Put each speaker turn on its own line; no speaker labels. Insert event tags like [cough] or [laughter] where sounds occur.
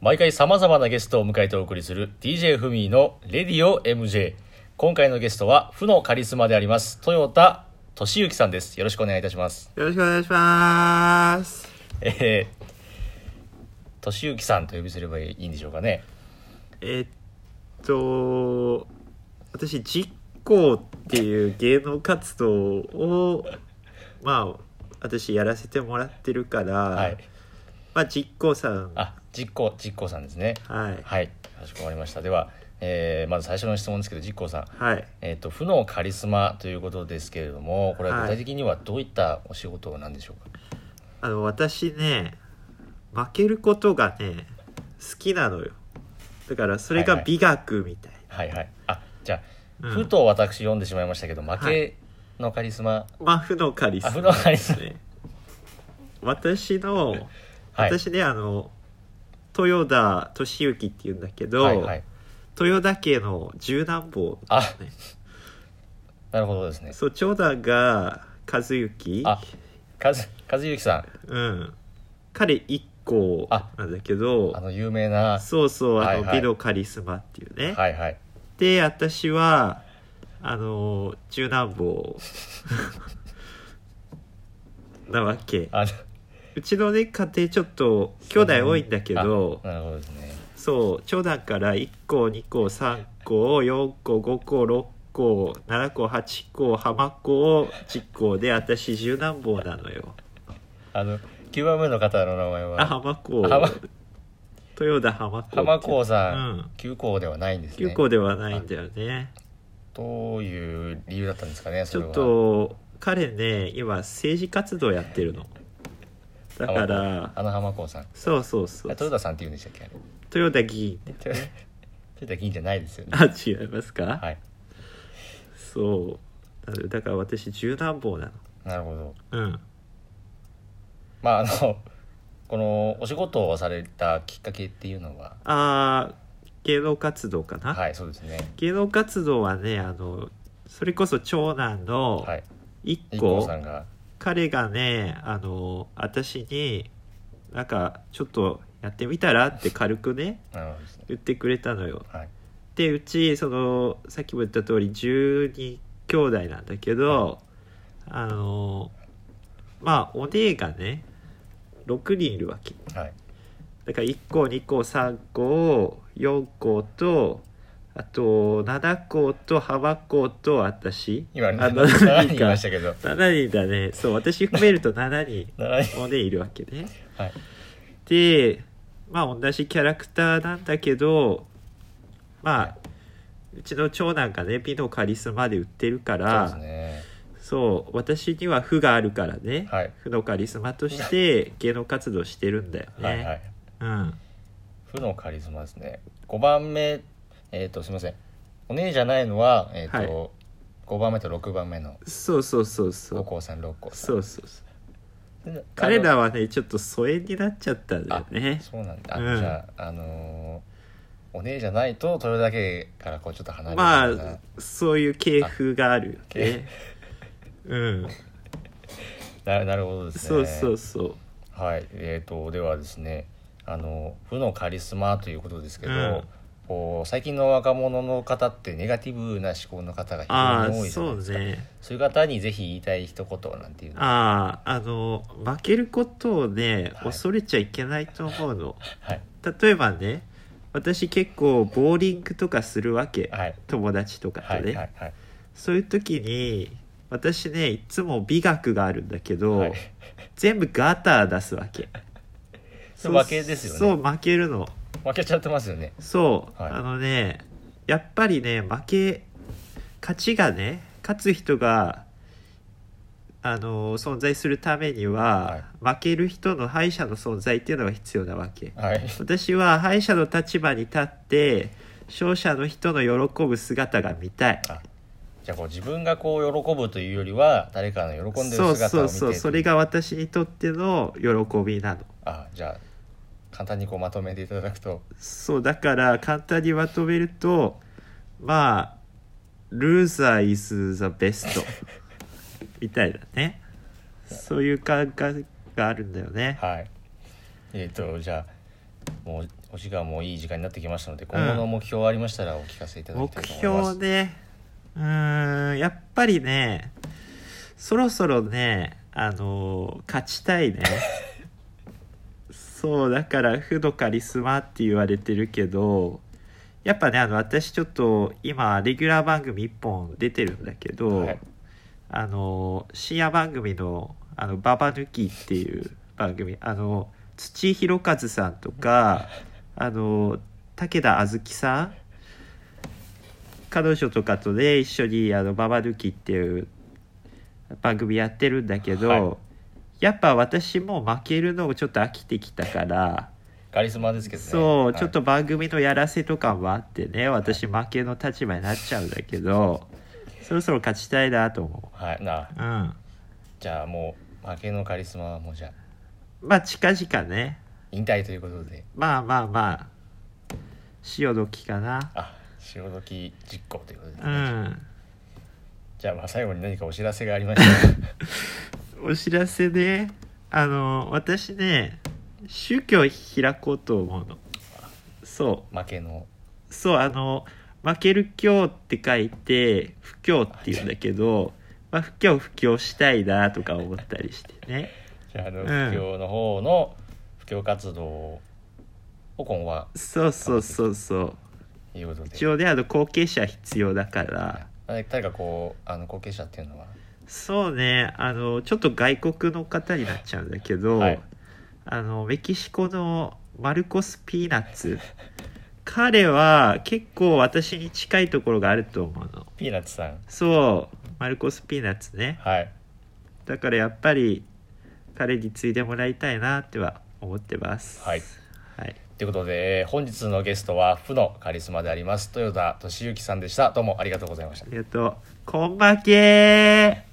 毎回様々なゲストを迎えてお送りする DJ ふみのレディオ MJ。今回のゲストは、負のカリスマであります、豊田俊之さんです。よろしくお願いいたします。
よろしくお願いします。
えー、俊之さんと呼びすればいいんでしょうかね。
えっと、私、実行っていう芸能活動を、まあ、私やらせてもらってるから、
はい。
まあ、実行さん、は
あ、実行、実行さんですね。
い、
はい。よろしくわかりました。では、えーまず最初の質問ですけど、実行さん。
はい。
えっ、と、負のカリスマということですけれども、これは具体的にはどういったお仕事なんでしょうか、
あの、私ね、負けることがね、好きなのよ。だから、それ
はい
が
はい
美学みたいな。
はいはい。あ、じゃあ、
うん
ふと私読んでしまいましたけど、負けのカリスマ。
まあ、負のカリス
あ、負
マ
のカリス
ですね。私の、
マ。はい。
私ねあの豊田俊之っていうんだけど、
はいはい。
豊田家の十男坊、
あ、
ね、
なるほどですね。
そう長男が和幸
あかず、かずゆきさん。
うん彼一個
あ
なんだけ
あ
ど
の、有名な。
そうそうあ
はい
の、
はい
美のカリスマっていうね、
はいはい。
で私はあの十男
[laughs]
坊なわけ
あ、
うちのね家庭ちょっと兄弟多いんだけど、
あなるほどですね。
そう長男から1個2個3個4個5個6個7個8個浜子を10個で私十何本なのよ
あの、9番目の方の名前
あ
は、
浜子
浜
豊田浜子
浜子さ
うんん、
9校ではないんですね。
9個ではないんだよね
どういう理由だったんですかね、
ち
それ
ょ
は。
っと彼ね今政治活動やってるのだから
あの浜子さん。あ
そうそうそう
豊田さんって言うんでしたっけあれ
豊田議員
豊田豊田議員じゃないですよね。
あ違いますか、
はい。
そうなのだから私十何本な
なるほど。
のうん
まああの [laughs] このお仕事をされたきっかけっていうのは
あー芸能活動かな、
はいそうですね
芸能活動はねあのそれこそ長男の
はい
一
一
個、
光さんが
彼がねあの私になんかちょっとやってみたらって軽くね
なるほどですね
言ってくれたのよ
はい
でうちそのさっきも言った通り12兄弟なんだけど、あのまあお姉がね6人いるわけ
はい
だから1個2個3個4個とあと7個と幅子と私
[laughs] 今ね
あの
7人
何
い
か
ましたけど
7人だねそう私含めると7人
7人
もねいるわけね
はい
でまあ同じキャラクターなんだけどまあうちの長男がね美のカリスマで売ってるか
そう
ら
ですね
そう私には負があるからね、
はい
負のカリスマとして芸能活動してるんだよね、
はいはい
うん
負のカリスマですね5番目えっ、とすみませんお姉じゃないのはえっ、
は
と、五5番目と6番目の
そうそうそうそ
五
う
光さん六光さん
そうそうそう
で
彼ら
あ
はねちょっと疎遠になっちゃったんだよ
の
ね
そうなんだ、あ
うん
じゃああのーお姉じゃないと豊田家からこうちょっと離れ
ま
て
あそういう系譜があるよねうん
ななるほどですね
そうそうそう
はい、えー、とではですねあの負のカリスマということですけど、
うん
こう最近の若者の方ってネガティブな思考の方が非
あ
常に多
あ
いじゃな
そ
いうですか
ね
そういう方にぜひ言いたい一言なんていうのは
あああの負けることをね
はい
恐れちゃいけないと思うの
はい
例えばね私結構ボーリングとかするわけ
はい
友達とか
は
と
いは
ね
いはい
そういう時に私ねいつも美学があるんだけ
は
ど
い
全部ガター出すわけ
[laughs] それ負けですよね
そう負けるの
負けちゃってますよね
そう、
はい
あのねやっぱりね負け勝ちがね勝つ人があの存在するためには、負ける人の敗者の存在っていうのが必要なわけ
はい
私は敗者の立場に立って勝者の人の喜ぶ姿が見たい
あじゃあこう自分がこう喜ぶというよりは誰かの喜んで
そ
る
う
姿を見
そう
て
そうそれが私にとっての喜びなの
あじゃあ簡単にこうまとめていただくと
そうだから簡単にまとめるとまあルーザー is the best みたいだねそういう感覚があるんだよね
はいえっ、とじゃあもうお時間もいい時間になってきましたので今後の目標ありましたらお聞かせいただきたい
目
と思います、
標ねうーんやっぱりねそろそろねあのー勝ちたいねそうだから負のカリスマって言われてるけどやっぱねあの私ちょっと今レギュラー番組1本出てるんだけど、
はい
あのー深夜番組の「あのババ抜き」っていう番組あの土井宏和さんとかあの武田あずきさん彼女とかとね一緒に「あのババ抜き」っていう番組やってるんだけど、
はい
やっぱ私も負けるのをちょっと飽きてきたから。
カリスマですけどね
そう、
はい
ちょっと番組のやらせとかもあってね私負けの立場になっちゃうんだけどそろそろ勝ちたいなと思
はいなあ
ううん
じゃあもう負けのカリスマはもうじゃあ
まあ近々ね
引退ということで
まあまあまあ潮時かな
あ潮時実行ということで、
うん
じゃあまあ最後に何かお知らせがありましたら
お知らせであの私ね宗教開こうと思うのそう
負けの
そうあの「負ける教」って書いて「不教」って言うんだけど、まあ、不教不教したいなとか思ったりしてね
じゃああの
うん
布教の方の布教活動を今後は
そうそうそうそう
ということで
一応ねあの後継者必要だから
誰誰かこうあの後継者っていうのは
そうねあのちょっと外国の方になっちゃうんだけど、
はい
あのメキシコのマルコス・ピーナッツ彼は結構私に近いところがあると思うの
ピーナッツさん
そうマルコス・ピーナッツね
はい
だからやっぱり彼に継いでもらいたいなっては思ってます
はい、
はい、
ということで、えー本日のゲストは負のカリスマであります豊田俊之さんでしたどうもありがとうございました
ありがとうこんまけー